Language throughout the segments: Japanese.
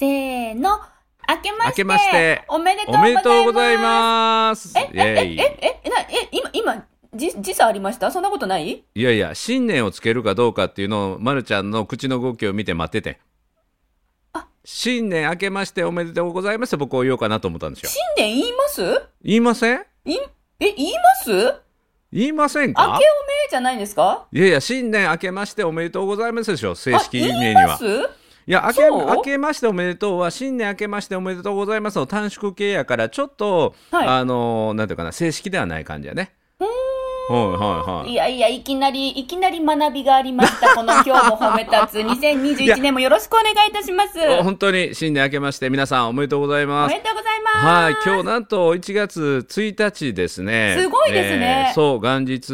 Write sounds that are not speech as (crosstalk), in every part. ーの、明けまして、明けましておめでとうおめでとうごござざいいまますす。え、イえ、えエイ、え、え、な、え、今、今、じ、時差ありましたそんなことないいやいや、新年をつけるかどうかっていうのを、まるちゃんの口の動きを見て待っててあ。新年明けましておめでとうございますって僕を言おうかなと思ったんですよ。新年言います言いませんいえ、言います明け言いませんおめかじゃないですかいやいや、新年明けましておめでとうございますでしょ、正あ式言名いにはま。すいや明けそう明けましておめでとうは新年明けましておめでとうございますの短縮系やからちょっと、はいあのーなんていうかな正式ではない感じやね。はいはいはいい。やいや、いきなり、いきなり学びがありま (laughs) した。この今日も褒めたつ、2021年もよろしくお願いいたします。お (laughs) 本当に新年明けまして皆さんおめでとうございますめ。でとうございます。はい、今日なんと1月1日ですね。すごいですねえーそう、元日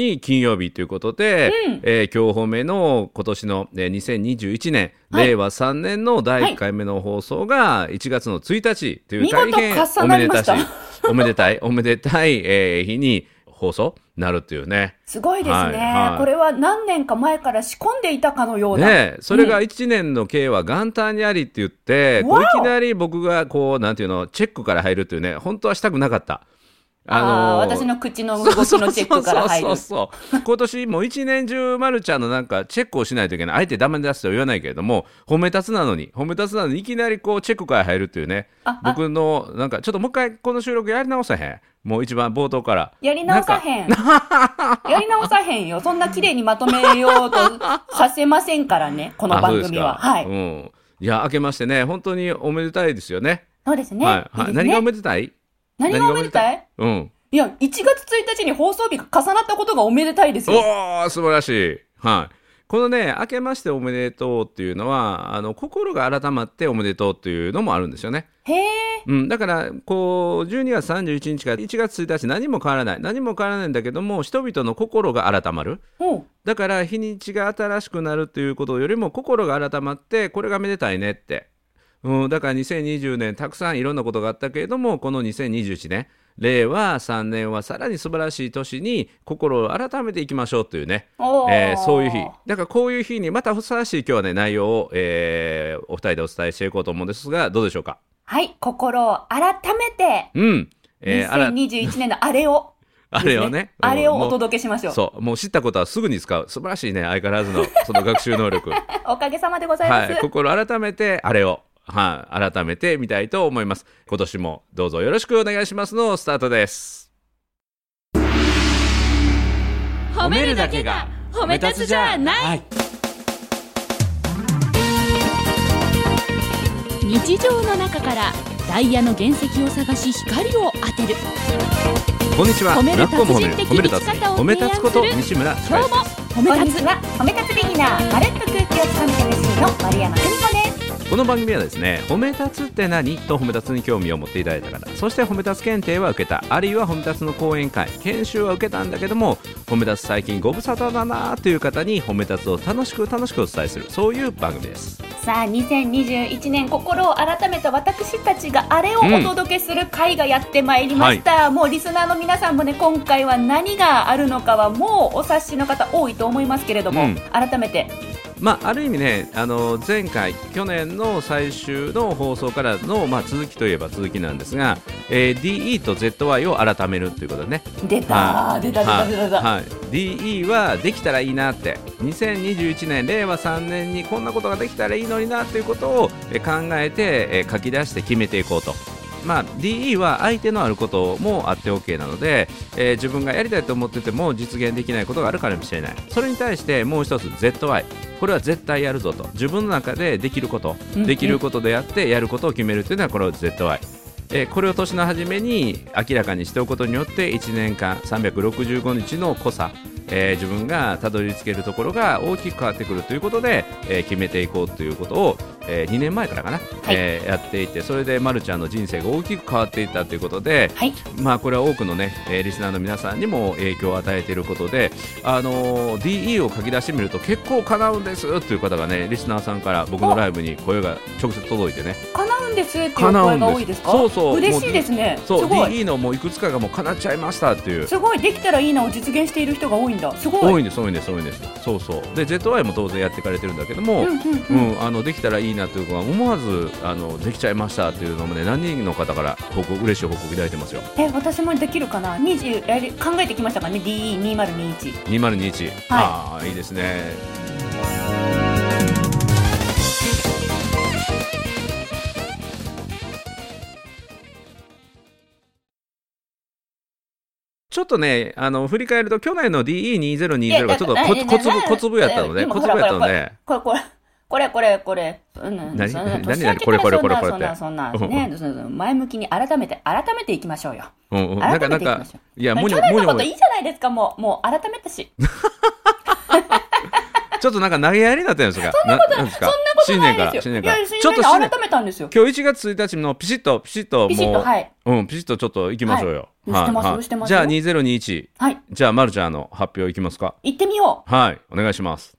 に金曜日ということで、うんえー今日方面の今年の、えー2021年、はい令和3年の第1回目の放送が1月の1日という見大事変お重なめりでまたしし、たおめでたい、おめでたい、えー日に放送なるというね。すごいですね、はいはいこれは何年か前から仕込んでいたかのような。ねえ、それが1年の経は元旦にありって言って、こういわおきなり僕がこう、なんていうの、チェックから入るっていうね、本当はしたくなかった。ああー私の口の動きのチェックから入る。そうそうそうそう今年もう一年中まるちゃんのなんかチェックをしないといけないあえてダメ出すとは言わないけれども褒め立つなのに褒め立つなのにいきなりこうチェックから入るっていうねああ僕のなんかちょっともう一回この収録やり直さへんもう一番冒頭からやり直さへん。 (laughs) やり直さへんよ。そんな綺麗にまとめようとさせませんから (laughs) ね、ここの番組は。はい、うん、いや明けましてね本当におめでたいですよねそうですね。はいはいいいです何ねがおめでたい何がおめでたいうんいや、1月1日に放送日が重なったことがおめでたいですよ。おー素晴らしい、はい、このね「明けましておめでとう」っていうのはあの心が改まっておめでとうっていうのもあるんですよね、へえ。うん、だからこう12月31日から1月1日何も変わらない何も変わらないんだけども人々の心が改まるおうだから日にちが新しくなるということよりも心が改まってこれがめでたいねって、うん、だから2020年たくさんいろんなことがあったけれどもこの2021年令和3年はさらに素晴らしい年に心を改めていきましょうというねおーえーそういう日だからこういう日にまたふさわしい今日はね内容を、えーお二人でお伝えしていこうと思うんですがどうでしょうかはい、心を改めて、うん、えーあら2021年のあれを、 (laughs) あれをねあれをおうんもう届けしましょう。そうもう知ったことはすぐに使う素晴らしいね相変わらずのその学習能力おかげさまでございまはす。い心改めてあれをはい改めてみたいと思います今年もどうぞよろしくお願いしますのスタートです褒めるだけが褒め立つじゃないはい、日常の中からダイヤの原石を探し光を当てるこんにちは褒めるラ達人ッコも褒める的褒める達人生き方を褒め立つこと提案西村今日も褒こんめに立つちは、褒め立つビギナー、まるっと空気をつかみて MC の丸山久美子です。この番組はですね褒め立つって何と褒め立つに興味を持っていただいた方そして褒め立つ検定は受けたあるいは褒め立つの講演会研修は受けたんだけども褒め立つ最近ご無沙汰だなという方に褒め立つを楽しく楽しくお伝えするそういう番組ですさあ、2021年、心を改めた私たちがあれをお届けする会がやってまいりました。もうリスナーの皆さんもね、今回は何があるのかは、もうお察しの方多いと思いますけれども、うん改めて、まあある意味ねあの前回去年の最終の放送からの、まあ、続きといえば続きなんですが、えー DE と ZY を改めるということでね出た、出た、出た、出た、出た。はいはい、DE はできたらいいなって2021年令和3年にこんなことができたらいいのになということをえ考えてえ書き出して決めていこうと。まあ、DE は相手のあることもあって OK なので、えー自分がやりたいと思ってても実現できないことがあるかもしれないそれに対してもう一つ ZY これは絶対やるぞと自分の中でできることうんできることでやってやることを決めるというのはこれを ZY えーこれを年の初めに明らかにしておくことによって1年間365日の濃さ、えー自分がたどり着けるところが大きく変わってくるということで、えー決めていこうということを、え2年前からかな、えーやっていてそれでまるちゃんの人生が大きく変わっていったということで、はい、まあ、これは多くの、ねえーリスナーの皆さんにも影響を与えていることで、あのー DE を書き出してみると結構叶うんですという方がねリスナーさんから僕のライブに声が直接届いてね叶うんんですっていう声が多いですか叶うんですそうそう嬉しいですねすそうごい DE のもういくつかがもう叶っちゃいましたっていうすごいできたらいいなを実現している人が多いんだすごい多いんです多いんです多いんですそうそうで ZY も当然やっていかれてるんだけども、うううんんんうんあのできたらいいなという子は思わずあのできちゃいましたっていうのもね何人の方から報告嬉しい報告いただいてますよえ私もできるかな20やり考えてきましたからね DE2021 2021、ああいいですねちょっとね、あの振り返ると、去年いのや DE2020 がちょっとだこいや小粒な小粒やったので、今小粒やったので、これこれこれこれこれうんうん何そんな何何年明けからこれこれこれそこれんなそんなこそれんなねそんな前向きに改めて改めていきましょうようんうん、なん改か、なめてんいきまかしょう、いや、まあもに去ょ年もにのょこといいじゃないですかもうもう改めたしちょっとなんか投げやりになったんですか。そんなこと、なんですか。そん新なことない、年からです新よい年かやら。ちちょっょっと改と新め年改めたんですよ今日1月1日のピシッと、ピシッと、ピシッもとう、はいうん、ピシッとちょっといきましょうよ。はいはいしてますはいしてますじゃあ2021、はいじゃあまるちゃんの発表いきますか。行ってみよはい、お願いします。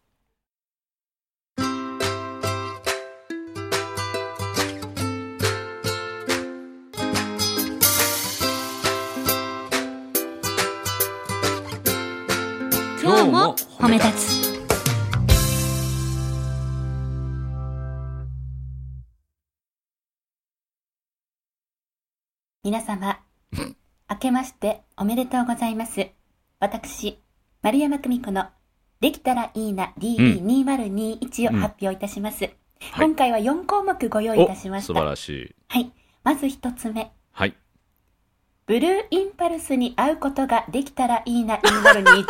今日も褒め立つう皆様明けましておめでとうございます私丸山久美子のできたらいいな DE2021 を発表いたします、はい今回は4項目ご用意いお、たしまし素た晴らしい。はいまず1つ目はい。ブルーインパルスに会うことができたらいいな2021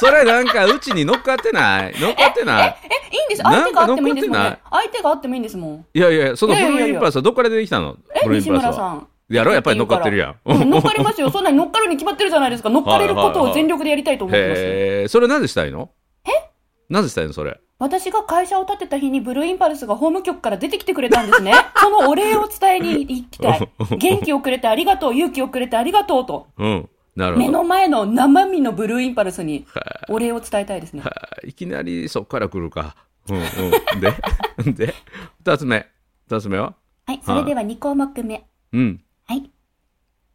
それなんか、うちに乗っかってない乗っかってない (laughs) えいいんです相手があってもいいんですもんなんねか相手があってもいいんですもんいやいや、そのいブやいやいやルーインパルスはどこから出てきたのえブルーイン西パルス村は。さんやろやっぱり乗っかってるやん。うん乗っかりますよ。そんなに乗っかるに決まってるじゃないですか。乗っかれることを全力でやりたいと思ってます。へえ、それなぜしたいのえなぜしたいのそれ。私が会社を建てた日にブルーインパルスが法務局から出てきてくれたん (laughs) ですね。そのお礼を伝えに行きたい。元気をくれてありがとう、勇気をくれてありがとうと。うん。なるほ目ど。の前の生身のブルーインパルスにお礼を伝えたいですね。はいいきなりそこから来るか。うんうん、で (laughs) で2つ目2つ目ははい、それでは2項目目。うんはい。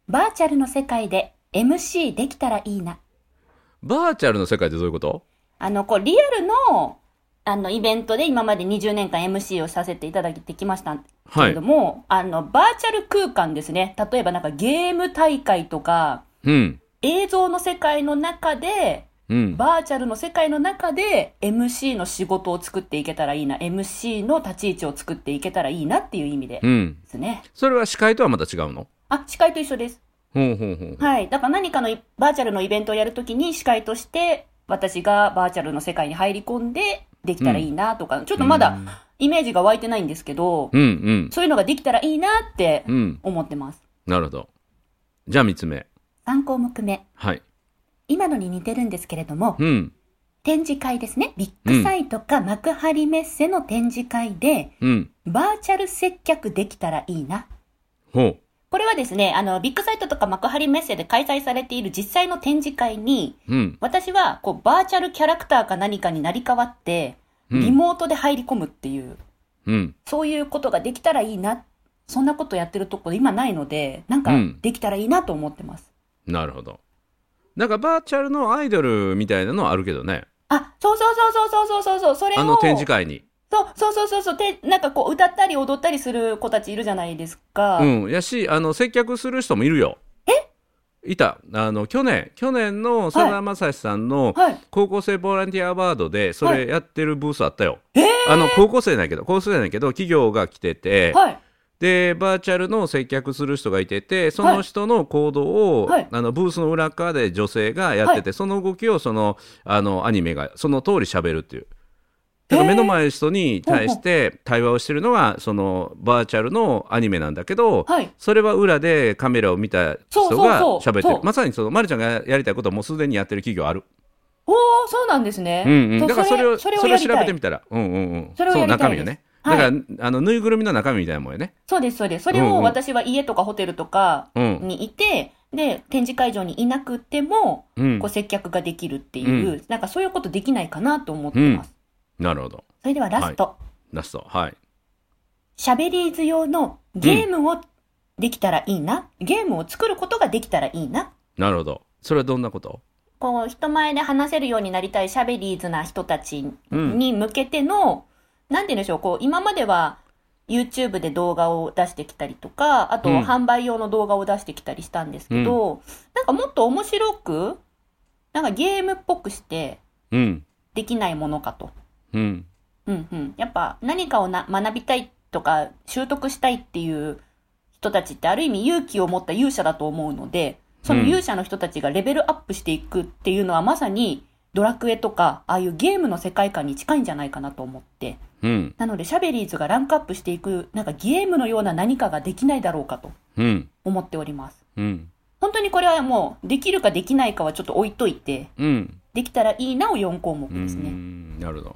バーチャルの世界で MC できたらいいな。バーチャルの世界ってどういうことあの、こう、リアルの、あの、イベントで今まで20年間 MC をさせていただいてきましたけはれいど、も、あの、バーチャル空間ですね。例えばなんかゲーム大会とか、うん映像の世界の中で、うん、バーチャルの世界の中で MC の仕事を作っていけたらいいな、MC の立ち位置を作っていけたらいいなっていう意味ででうん、すね。それは司会とはまた違うのあ、司会と一緒です。ほうほうほうはい。だから何かのいバーチャルのイベントをやるときに司会として、私がバーチャルの世界に入り込んでできたらいいなとか、ちょっとまだイメージが湧いてないんですけど、うんうんそういうのができたらいいなってうん思ってます。なるほどじゃあ3つ目3項目目。はい今のに似てるんですけれども、うん展示会ですね。ビッグサイトか幕張メッセの展示会で、うんバーチャル接客できたらいいな。ほこれはですね、あの、ビッグサイトとか幕張メッセで開催されている実際の展示会に、ううん私は、こう、バーチャルキャラクターか何かになり変わって、うんリモートで入り込むっていう、うんそういうことができたらいいな。そんなことやってるとこ今ないので、なんかうんできたらいいなと思ってます。なるほどなんかバーチャルのアイドルみたいなのあるけどねあ、そうそうそうそうそうそうそう、それを。あの展示会にそうそうそうそうそう、て、なんかこう歌ったり踊ったりする子たちいるじゃないですか。うん、やしあの接客する人もいるよ。えいたあの去年去年のさだまさしさんのはい。高校生ボランティアアワードでそはいれやってるブースあったよ。あの高校生なんやけど高校生なんやけど企業が来てて、はい。でバーチャルの接客する人がいててその人の行動を、はいあのブースの裏側で女性がやってて、はその動きをそのあのアニメがその通り喋るっていう。だからへー目の前の人に対して対話をしてるのがそのバーチャルのアニメなんだけど、はい。それは裏でカメラを見た人がそうそうそう喋ってそるうまさにそのまるちゃんがやりたいことをもうすでにやってる企業ある、おー、そうなんですね。うんうん、そうだからそれをそれそれをやり調たいべてみたらうんうんうんそれをやりたい中身よね、はいだからあのぬいぐるみの中身みたいなもんよねそうです、そうです。それうんうをん私は家とかホテルとかうんにいて、で、展示会場にいなくても、うんこう接客ができるっていう、うなんかそういうことできないかなと思ってます。なるほどそれではラスト。ラストはいシャベリーズ用のゲームをできたらいいな、ゲームを作ることができたらいいな。なるほど。それはどんなことこう、人前で話せるようになりたいシャベリーズな人たちに向けての、なんて言うんでしょう、こう、今までは YouTube で動画を出してきたりとか、あとうん販売用の動画を出してきたりしたんですけど、なんかもっと面白く、なんかゲームっぽくしてうん。できないものかと。うん。うんうん。やっぱ何かをな学びたいとか習得したいっていう人たちってある意味勇気を持った勇者だと思うので、その勇者の人たちがレベルアップしていくっていうのはまさにドラクエとか、ああいうゲームの世界観に近いんじゃないかなと思って。うん。なのでシャベリーズがランクアップしていく、なんかゲームのような何かができないだろうかとうん。思っております。うん。本当にこれはもうできるかできないかはちょっと置いといて、うん。できたらいいなを4項目うーですね。んなるほど。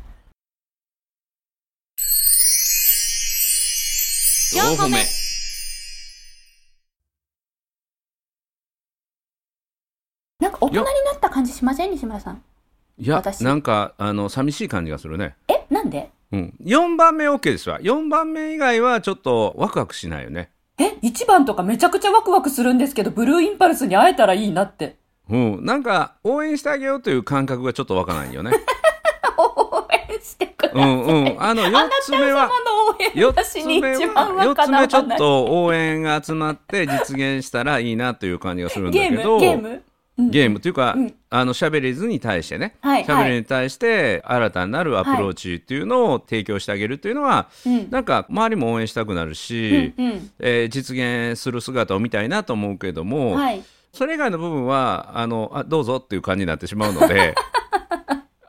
四歩目なんか大人になった感じしません西村さん。いや私なんかあの寂しい感じがするね。えなんでうん、4番目 OK ですわ4番目以外はちょっとワクワクしないよね。え、一番とかめちゃくちゃワクワクするんですけど、ブルーインパルスに会えたらいいなって。うん、なんか応援してあげようという感覚がちょっとわからないよね。応援してくれ。うあんうん、あの4つ目なはた様の応援4私つに目一番はは4かつな目ちょわっない。と応援が集まって実現したらいいなという感じがするんだゲーけどムゲームゲームというか、うんあのしゃべりずに対してね、はいしゃべりに対して新たなるアプローチっていうのを提供してあげるっていうのは、うん。なんか周りも応援したくなるし、うん。えー実現する姿を見たいなと思うけれども、はい。それ以外の部分はあのあどうぞっていう感じになってしまうの (laughs) で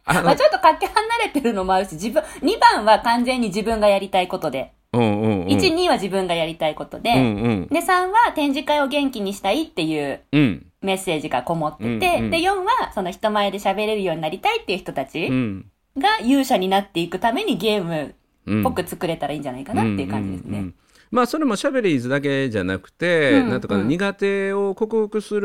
あまあのちょっとかけ離れてるのもあるし、自分、2番は完全に自分がやりたいことで、うんうんうん1、2は自分がやりたいことで、うんうんで、3は展示会を元気にしたいっていううんメッセージがこもってて、うんうんで、4はその人前で喋れるようになりたいっていう人たち。うんが勇者になっていくためにゲームうんっぽく作れたらいいんじゃないかなっていう感じですうんうんうねん。まあそれもシャベリーズだけじゃなくて、うんなんとか苦手を克服す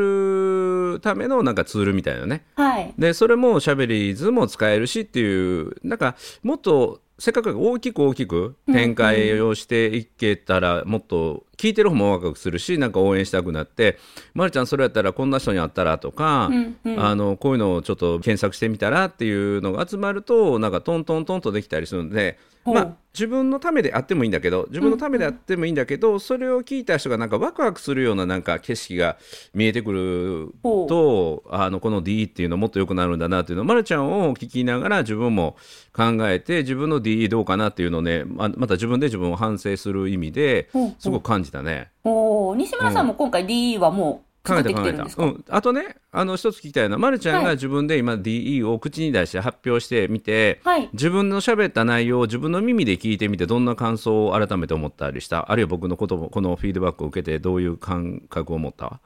るためのなんかツールみたいなねはい。でそれもシャベリーズも使えるしっていうなんかもっとせっかく大きく大きく展開をしていけたらもっと聞いてる方もワクワクするしなんか応援したくなって「まるちゃんそれやったらこんな人に会ったら」とか、うんうんあのこういうのをちょっと検索してみたらっていうのが集まるとなんかトントントンとできたりするので、ほうまあ、自分のためであってもいいんだけど自分のためであってもいいんだけど、それを聞いた人がなんかワクワクするようななんか景色が見えてくるほうとあのこの D っていうのもっと良くなるんだなっていうのを、ま、るちゃんを聞きながら自分も考えて自分の D どうかなっていうのをねままた自分で自分を反省する意味でほうほうすごく感じたね。おお西村さんも今回 DE はもう考作えったてき考てえるんたです。かうん。あとね、あの一つ聞きたいのは、まるちゃんはがい自分で今 DE を口に出して発表してみて、はい自分の喋った内容を自分の耳で聞いてみて、どんな感想を改めて思ったりしたあるいは僕のことも、このフィードバックを受けて、どういう感覚を持った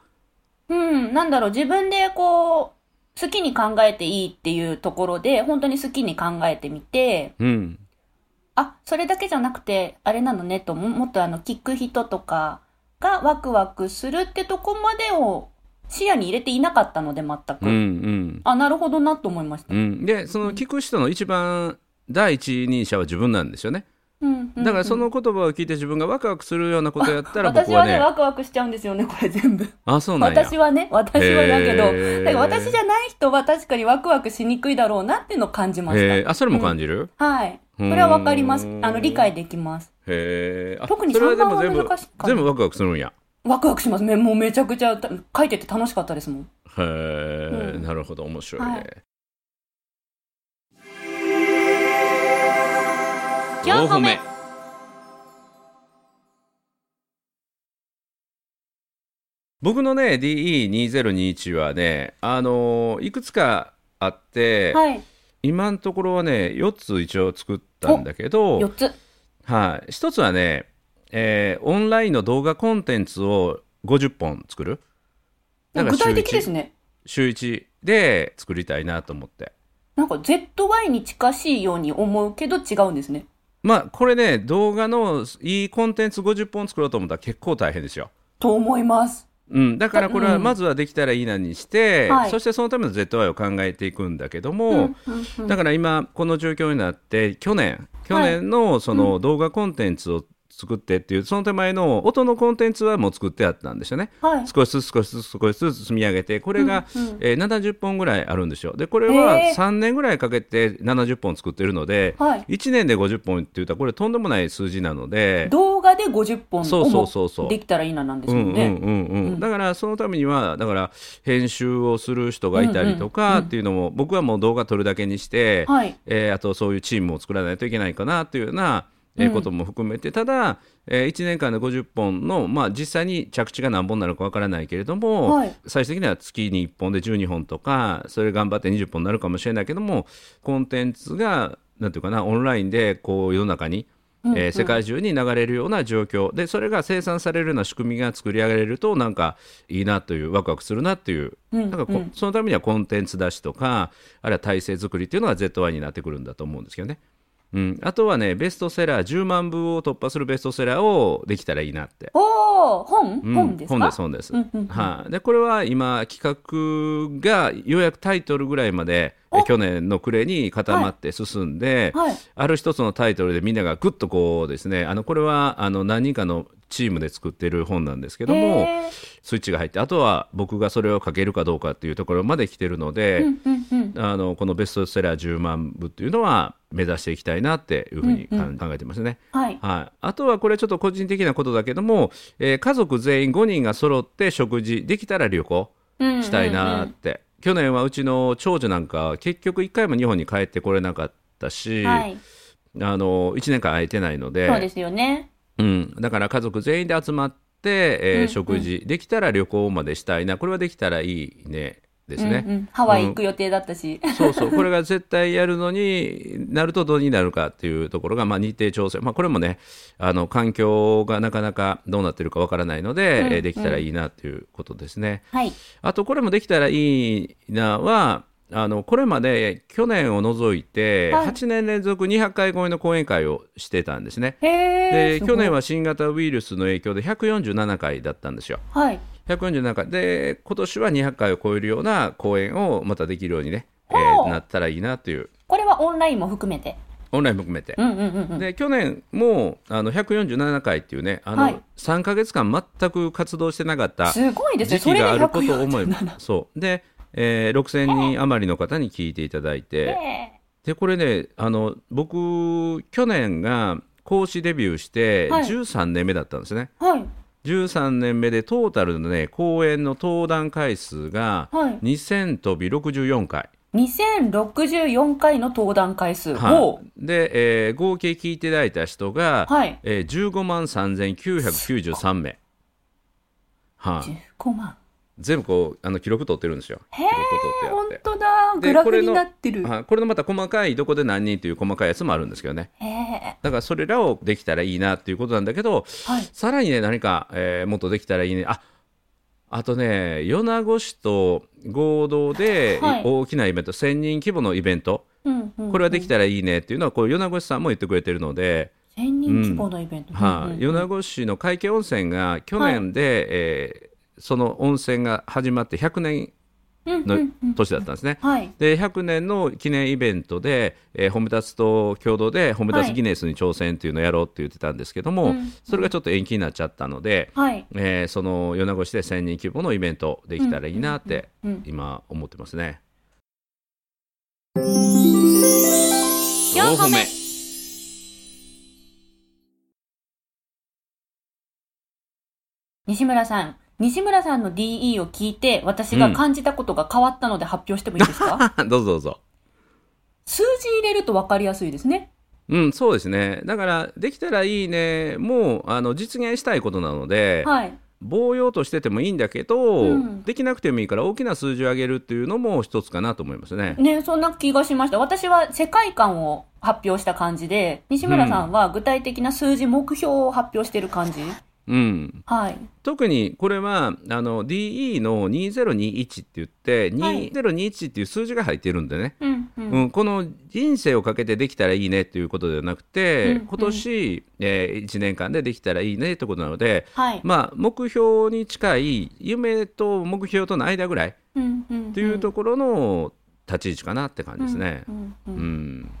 うん、なんだろう、自分でこう、好きに考えていいっていうところで、本当に好きに考えてみて、うん。あ、それだけじゃなくて、あれなのねと、ももっとあの、聞く人とかがワクワクするってとこまでを視野に入れていなかったので、全うん、うく。ん。あ、なるほどなと思いましたう。ん。で、その聞く人の一番第一人者は自分なんですよね。うん、うんだからそうんの言葉を聞いて自分がワクワクするようなことやったら私僕ははね、ね、ワクワクしちゃうんですよね、これ全部。あ、そうなんや。私はね、私はだけへど、ーだから私じゃない人は確かにワクワクしにくいだろうなっていうのを感じましへーた。あ、それも感じる、はい。うそーんれはわかります。あの、理解できます。へえ。あ特にそれはでも三番は全部難しいかな全部ワクワクするんや。ワクワクします。めもうめちゃくちゃた書いてて楽しかったですもん。へえ、うんなるほど面白いはね。い四歩目僕のね DE2021 はねあのーいくつかあって、はい。今のところはね4つ一応作ったんだけど4つ。はい、一つはね、えーオンラインの動画コンテンツを50本作る。だから具体的週一ですね。週1で作りたいなと思って。なんか ZY に近しいように思うけど違うんですね。まあ、これね、動画のいいコンテンツ50本作ろうと思ったら結構大変ですよ。と思います。うん、だからこれはうんまずはできたらいいなにして、はいそしてそのための ZY を考えていくんだけども、うんうんだから今この状況になって去年去年のその動画コンテンツを作ってっていうその手前の音のコンテンツはもう作ってあったんですよね。はい。少しずつ少しずつ少しずつ積み上げてこれが、うんうんえー70本ぐらいあるんですよでこれはえー3年ぐらいかけて70本作ってるので、はい1年で50本って言ったらこれとんでもない数字なので。動画で50本をそうそうそうそうもできたらいいななんですうよんうんうね。んうんうんだからそのためにはだから編集をする人がいたりとうんかうんっていうのも僕はもう動画撮るだけにして、はい。えーあとそういうチームを作らないといけないかなというような、えーうんことも含めてただ、え1年間で50本の、まあ、実際に着地が何本なのかわからないけれども、はい最終的には月に1本で12本とかそれ頑張って20本になるかもしれないけどもコンテンツがなんていうかなオンラインでこう世の中に。うんうえーん世界中に流れるような状況でそれが生産されるような仕組みが作り上げれるとなんかいいなというワクワクするなっていう、うんなんかこうんそのためにはコンテンツ出しとかあるいは体制作りっていうのが ZY になってくるんだと思うんですけどね、うん、あとはねベストセラー10万部を突破するベストセラーをできたらいいなって。おお、本、うん本ですか。本です本です、うんうんうんはいでこれは今企画がようやくタイトルぐらいまでえお去年の暮れに固まって進んで、はい。ある一つのタイトルでみんながぐっとこうですねあのこれはあの何人かのチームで作ってる本なんですけどもへースイッチが入ってあとは僕がそれを書けるかどうかっていうところまで来てるので、うんうんうん。あのこのベストセラー10万部っていうのは目指していきたいなっていうふうにかん、うんう考えてますね。はい。はい、あとはこれちょっと個人的なことだけども、えー家族全員5人が揃って食事できたら旅行したいなっうんて、去年はうちの長女なんか結局1回も日本に帰ってこれなかったうんし、うん。はい。あの1年間空いてないのでそうですよね。うん、だから家族全員で集まって、えーうんうん食事できたら旅行までしたいなこれはできたらいいねですね。うんうん。ハワイ行く予定だったし。そうそうこれが絶対やるのになるとどうになるかっていうところが、まあ、日程調整、まあ、これもねあの環境がなかなかどうなってるかわからないので、うんえーできたらいいなっていうことですね。はい。あとこれもできたらいいなはあのこれまで去年を除いてはい8年連続200回超えの講演会をしてたんですね。へえ。ですごい去年は新型ウイルスの影響で147回だったんですよ。はい。 147回で今年は200回を超えるような講演をまたできるようにね、えほうーなったらいいなというこれはオンラインも含めて。オンラインも含めてう。んうんうんうん。で去年もあの147回っていうねあの、はい3か月間全く活動してなかったすごいですね。時そ期れでがあることを147思いそうで、えー6000人余りの方に聞いていただいて、えでこれねあの僕去年が講師デビューしてはい13年目だったんですね。ーはい。 13年目でトータルのね公演の登壇回数がはい2000飛び64回、 2064回の登壇回数を、で、えー合計聞いていただいた人が、はいえー15万3993名、はい15万。全部こうあの記録取ってるんですよへ記え録本取ってあっ当だ。てでグラこフれにのなってる。はいこれのまた細かいどこで何人という細かいやつもあるんですけどねへえだからそれらをできたらいいなっていうことなんだけど、はい。さらにね、何か、えーもっとできたらいいね。ああとね、米子市と合同ではい大きなイベント、1000人規模のイベント、うんうんうんこれはできたらいいねっていうのは、こう米子市さんも言ってくれてるので、 1000人規模のイベント。はいうんうんうん米子市の会計温泉が去年で、えーその温泉が始まって100年うんうのんうん年だったんですね。はい。で100年の記念イベントで、えー、褒め立つと共同で褒め立つギネスに挑戦っていうのをやろうって言ってたんですけども、はいうんそれがちょっと延期になっちゃったので、はい。えーその米子市で1000人規模のイベントできたらいいなってうんうんうん今思ってますね。四歩目西村さん、西村さんの DE を聞いて、私が感じたことが変わったので発表してもいいです (laughs) か、 (laughs) どうぞどうぞ。数字入れると分かりやすいですね。うん、そうですね。だから、できたらいいね、もう、あの、実現したいことなので、はい。棒用としててもいいんだけど、うんできなくてもいいから大きな数字を上げるっていうのも一つかなと思いますね。ね、そんな気がしました。私は世界観を発表した感じで、西村さんは具体的な数字目標を発表してる感じ。うん。はい。特にこれは、あの、DE の2021って言って、はい2021っていう数字が入ってるんでね。うん、うん。うん、この人生をかけてできたらいいねっていうことではなくて、うんうん今年、え1年間でできたらいいねってことなので、はい。まあ、目標に近い夢と目標との間ぐらいうん、うん。っていうところの立ち位置かなって感じですね。うん、ううんんうん。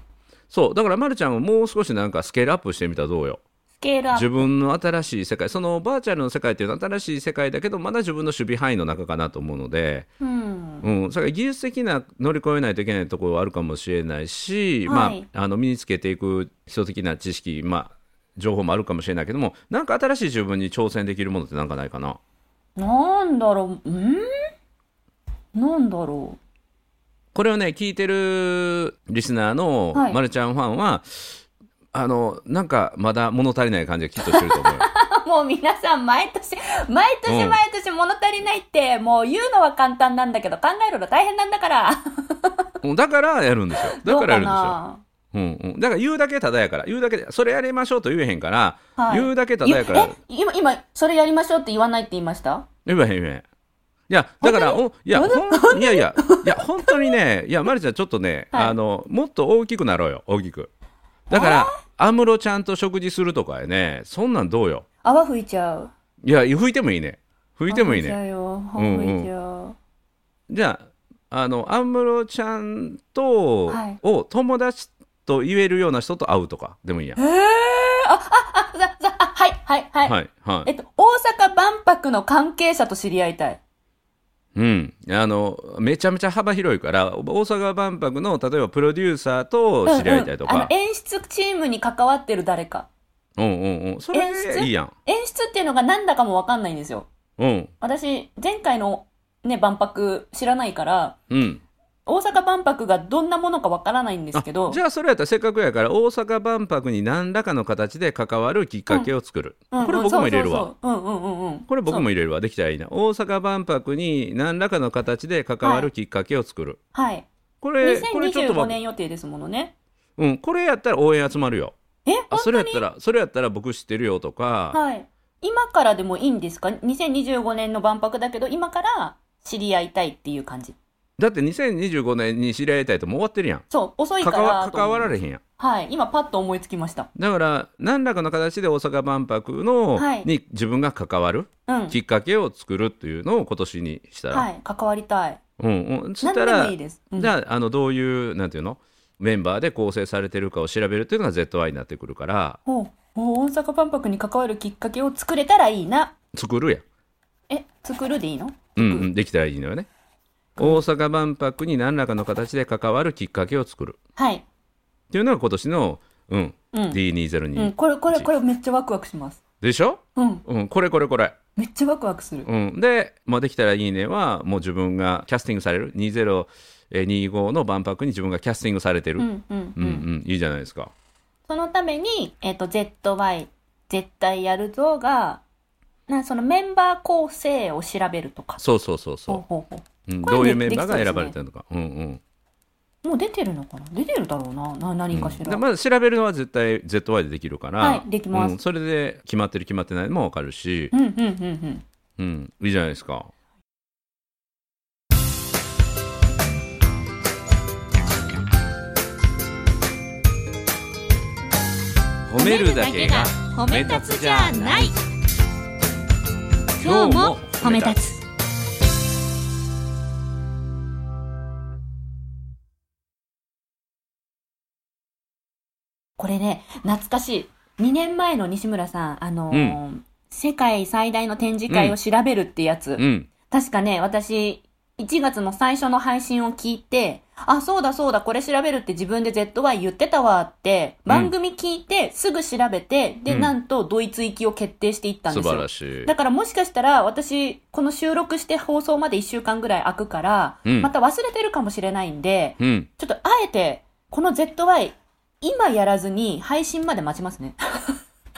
そうだから、ま、るちゃんはもう少しなんかスケールアップしてみたらどうよ。スケールアッ自プ。分の新しい世界そのバーチャルの世界っていうのは新しい世界だけどまだ自分の守備範囲の中かなと思うので、うん。うん、それから技術的な乗り越えないといけないところはあるかもしれないし、はいまあ、あの身につけていく基礎的な知識、まあ、情報もあるかもしれないけどもなんか新しい自分に挑戦できるものってなんかないかななんだろう、うんなんだろこれをね聞いてるリスナーのはいまるちゃんファンは、あのなんかまだ物足りない感じがきっとしてると思 (laughs) うよ。う。 (laughs) もう皆さん毎年、毎年うん毎年物足りないって、もう言うのは簡単なんだけど、考えるの大変なんだから。うんだからやるんですよ。だからやるんですよ。どうんうん、だから言うだけただやから言うだけでそれやりましょうと言えへんから、うかな。はい言うだけただやからえ、今、今、それやりましょうって言わないって言いました言わへん言わへん。いや、だから、おいや、ほんいやいや、いや、本当にね、いや、まるちゃん、ちょっとね、はいあの、もっと大きくなろうよ、大きく。だから、安室ちゃんと食事するとかやね、そんなんどうよ。泡吹いちゃう。いや、拭いてもいいね。拭いても泡吹いいいちゃね。うよ。泡うんうん吹いちゃう。じゃあ、あの、安室ちゃんと、はいを友達と言えるような人と会うとか、でもいいや。えー、あ、あ、あ、ざ、ざ、あ、はい、はい、はい。はい、はえい。っと、大阪万博の関係者と知り合いたい。うん。あの、めちゃめちゃ幅広いから、大阪万博の、例えばプロデューサーと知り合いたいとうんうんあかの、。演出チームに関わってる誰か。うんうんうん。そ演出れ、いいやん。演出っていうのが何だかもわかんないんですよ。うん。私、前回のね、万博知らないから、うん。大阪万博がどんなものかわからないんですけどじ、ゃあそれやったらせっかくやから大阪万博に何らかの形で関わるきっかけを作る、うんうんこれ僕も入れるわ。そうそうそううんうんうんうん。これ僕も入れるわできたらいいな大阪万博に何らかの形で関わるきっかけを作る、そう。はい。これこれちょっと2025わ年予定ですものね。うんこれやったら応援集まるよえ、あ本それ当やったらそれやったら僕知ってるよとかはい。今からでもいいんですか ?2025 年の万博だけど、今から知り合いたいっていう感じ。だって2025年に知り合いたいともう終わってるやんそう、遅いか関わら。関わられ。れへんやんはい。今パッと思いつきました。だから何らかの形で大阪万博の、はいに自分が関わるうん。きっかけを作るっていうのを今年にしたら、はい。関わりたい。うんうん、そし何たでらもいいです。うんじゃああのどういうなんていうのメンバーで構成されてるかを調べるというのが ZY になってくるからほうほう大阪万博に関わるきっかけを作れたらいいな。作るやん、え、作るでいいのうんうん、できたらいいのよね大阪万博に何らかの形で関わるきっかけを作るはい。っていうのが今年の、うんうん。 D202、うん。これ、これ、これめっちゃワクワクします。でしょ、うん。うん、これこれこれ、めっちゃワクワクする。うん、で、まあ、できたらいいねはもう自分がキャスティングされる2025の万博に自分がキャスティングされてる、ううんん、うん、ううんん。いいじゃないですかそのために、えっ、と、ZY、絶対やるぞが、な、そのメンバー構成を調べるとか。そうそうそほううそほうほう、うん、これどねういうメンバできそうでーがすね選ばれてるのか、うんうんう。もう出てるのかな出てるだろうな。な、何かしでら。まず調べるのは絶対 ZY でできるから、はいできますうんそれで決まってる決まってないのも分かるしう、ん、うん、うん、うん。うん、いいじゃないですか褒めるだけが褒め立つじゃない今日も褒め立つこれね、懐かしい。2年前の西村さん、あのー世界最大の展示会を調べるってやつ。うん確かね、私、1月の最初の配信を聞いて、あ、そうだそうだ、これ調べるって自分で ZY 言ってたわって、番組聞いて、すぐ調べて、で、うんなんとドイツ行きを決定していったん素ですよ。晴らしいだからもしかしたら、私、この収録して放送まで1週間ぐらい空くから、うんまた忘れてるかもしれないんで、うんちょっとあえて、この ZY、今やらずに配信まで待ちますね。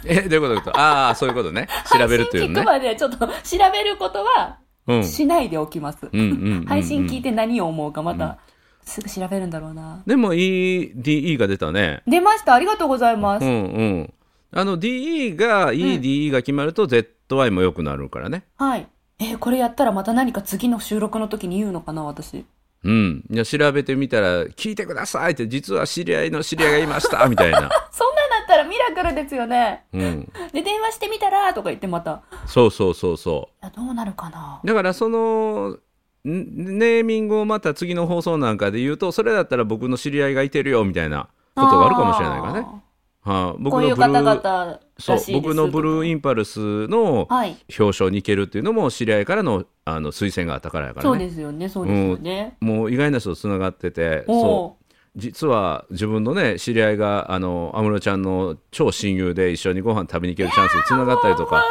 えどういうことどういうことああそういうことね調べるっていう (laughs) 配信聞のくねまでちょっと調べることはうんしないでおきます。うんうんうんうん配信聞いて何を思うかまたすぐ調べるんだろうな。でも EDE が出たね出ました。ありがとうございまうす。んうんあの DE が EDE が決まると ZY も良くなるからねはい。えーこれやったらまた何か次の収録の時に言うのかな、私。うん、いや調べてみたら「聞いてください」って「実は知り合いの知り合いがいました」みた (laughs) いな、そんなんだったらミラクルですよね。うん、で、電話してみたら、とか言ってまた。いそうそうそうそやどうなるかなう。だからそのんネーミングをまた次の放送なんかで言うとそれだったら僕の知り合いがいてるよみたいなことがあるかもしれないからねあはい僕こういのうブル方々ーらしいそでうす僕のブルーインパルスのはい、表彰に行けるっていうのも知り合いからのあの推薦があったからやからそうねですよねそうですよね、もう意外な人とつながってておそーう実は自分のね知り合いがあの安室ちゃんの超親友で一緒にご飯食べに行けるチャンスにつながったりとかあ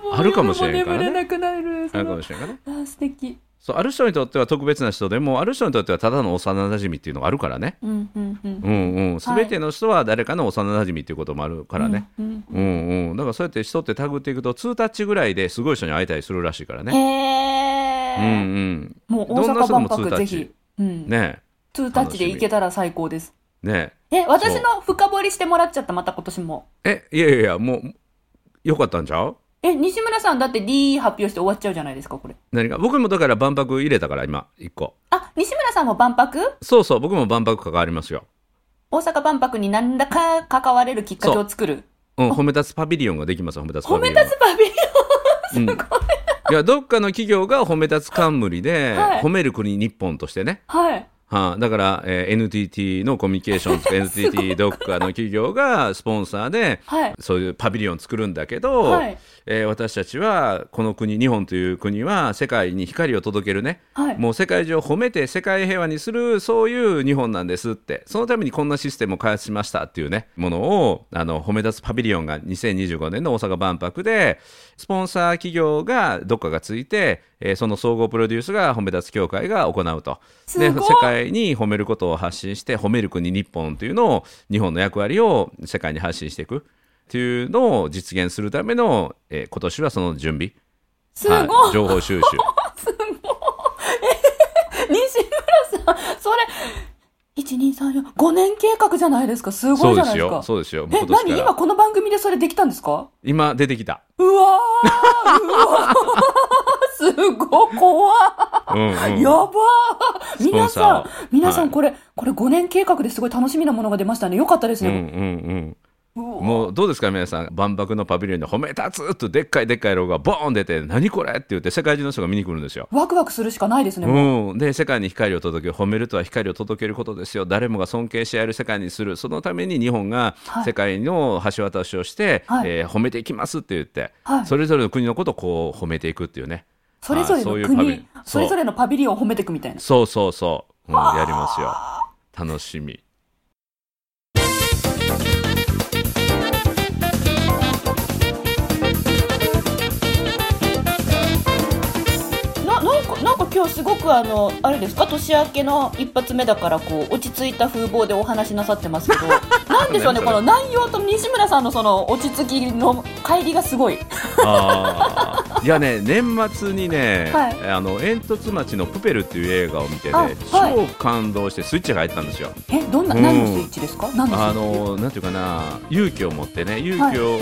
ーもうあるかもしれんからね夜も眠れなくなるあそるかのもしれないからねあー素敵そうある人にとっては特別な人でもある人にとってはただの幼馴染みっていうのがあるからねうんうんうんうんうん全ての人は誰かの幼馴染みっていうこともあるからね、うんうんうん、だからそうやって人ってタグっていくと2タッチぐらいですごい人に会えたりするらしいからうんね。へうんえ、もうど大んな阪人で万もツー博タぜッチひ、うんうん。ねツータッチで行けたら最高ですえねえ私の深掘りしてもらっちゃったまた今年もええいやいやいやもうよかったんちゃうえ西村さんだって D 発表して終わっちゃうじゃないですかこれ何か僕もだから万博入れたから今1個あ西村さんも万博そうそう僕も万博関わりますよ、大阪万博に何らか関われるきっかけを作るうん、褒め立つパビリオンができます褒め立つパ褒ビめリオン立つパビリうん、いやどっかの企業が褒め立つ冠で、はい褒める国日本としてねオンはいはあ、だから、えー NTT のコミュニケー (laughs) ションとか NTT どっかの企業がスポンサーではいそういうパビリオン作るんだけど、はいえー私たちはこの国日本という国は世界に光を届けるね、はいもう世界中を褒めて世界平和にするそういう日本なんですってそのためにこんなシステムを開発しましたっていうねものをあの褒め立つパビリオンが2025年の大阪万博でスポンサー企業がどっかがついて、えーその総合プロデュースが褒め立つ協会が行うと。すごでい世界に褒めることを発信して褒める国日本というのを日本の役割を世界に発信していくっていうのを実現するための、えー今年はその準備すごい、はい情報収集すごい。えへへ西村さん、それ、1、2、3、4、5年計画じゃないですか。すごそいうじ (laughs) でゃないすですか。よそうですよもうえ、今年何か今らこの番組でそれできたんですか今出てきた、うわー、うわー、すごい、怖うんうんい、やばー。ポ皆ンサーさをん、皆さはんいこれ、これ5年計画ですごい楽しみなものが出ましたね。よかったですうんね。うんううわん、もうどうですか皆さん万博のパビリオンで褒め立つとでっかいでっかいロゴがボーン出て何これって言って世界中の人が見に来るんですよワクワクするしかないですね。うん、で世界に光を届ける褒めるとは光を届けることですよ誰もが尊敬し合える世界にするそのために日本がはい世界の橋渡しをして、はいえー褒めていきますって言って、はいそれぞれの国のことをこう褒めていくっていうねそれぞれのあそういうパビリオ国ン、それぞれのパビリオンを褒めていくみたいな。 (laughs) そうそうそう、うん、やりますよ楽しみななんかなんか今日すごくあのあれですか年明けの一発目だからこう落ち着いた風貌でお話しなさってますけどなんでしょうね何それこの内容と西村さんのその落ち着きの乖離がすごいあーいやね年末にね、はいあの煙突町のプペルっていう映画を見てね、あはい超感動してスイッチが入ったんですよえどんなうん何のスイッチですか何のスイッあチのなんていうかな勇気を持ってね勇気を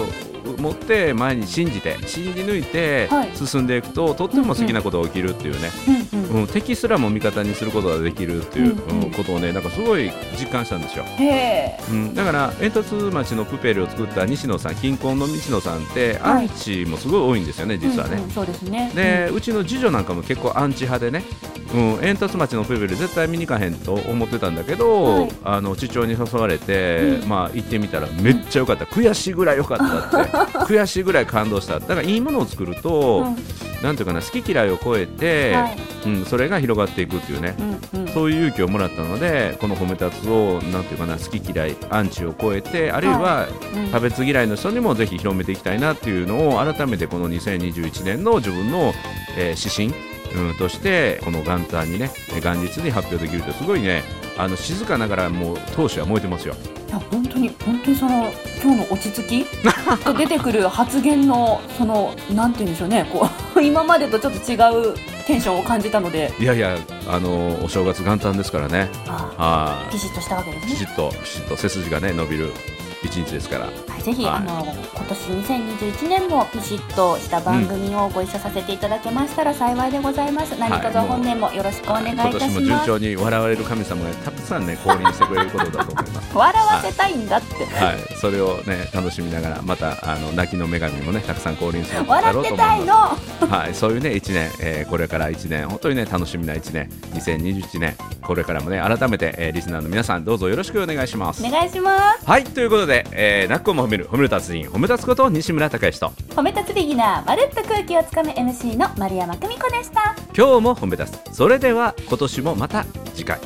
持って前に信じて信じ抜いてはい進んでいくと、とっても好きなことが起きるっていうね、うんうんうん、敵すらも味方にすることができるっていう、うんうんうんことをねなんかすごい実感したんですよ、へえうん、だから煙突町のプペルを作った西野さん近婚の西野さんってアはいンチもすごい多いんですよね実はね、うんうんそうですねでうちの次女なんかも結構アンチ派でね、うん、煙突町のプーベル絶対見に行かへんと思ってたんだけど、はいあの父親に誘われて、うんまあ、行ってみたらめっちゃ良かった悔しいぐらい良かったって (laughs) 悔しいぐらい感動しただからいいものを作るうと、んうんなんていうかな好き嫌いを超えて、はいうん、それが広がっていくっていうねうんうんそういう勇気をもらったのでこの褒めたつをなんていうかな好き嫌いアンチを超えてあるいはうん差別嫌いの人にもぜひ広めていきたいなっていうのを改めてこの2021年の自分の、えー指針、うん、としてこの元旦にね元日に発表できるとすごいねあの静かながらもう闘志は燃えてますよ。いや本当に本当にその今日の落ち着きと出てくる発言のそのなんて言うんでしょうねこう (laughs) 今までとちょっと違うテンションを感じたのでいやいやあのお正月元旦ですからねあはーいピシッとしたわけですきねち。っときちっと背筋がね伸びる一日ですからはい、ぜひ、はいあの今年2021年もピシッとした番組をご一緒させていただけましたら幸いでございます、何卒もう本年もよろしくお願いいた今し年もま順す、調に笑われる神様がたくさんね降臨してくれることだと思います。笑わせたいんだって、はい、それをね楽しみながらまたあの泣きの女神もねたくさん降臨するだろ笑うっとて思いたますい。の (laughs) はい、そういうね1年、えーこれから1年本当にね楽しみな1年2021年これからもね改めて、えーリスナーの皆さんどうぞよろしくお願いします。お願いしますはいということで、で、えー、ナックをも褒める褒める達人褒め立つこと西村隆之と褒め立つビギナーまるっと空気をつかむ MC の丸山久美子でした今日も褒め立つそれでは今年もまた次回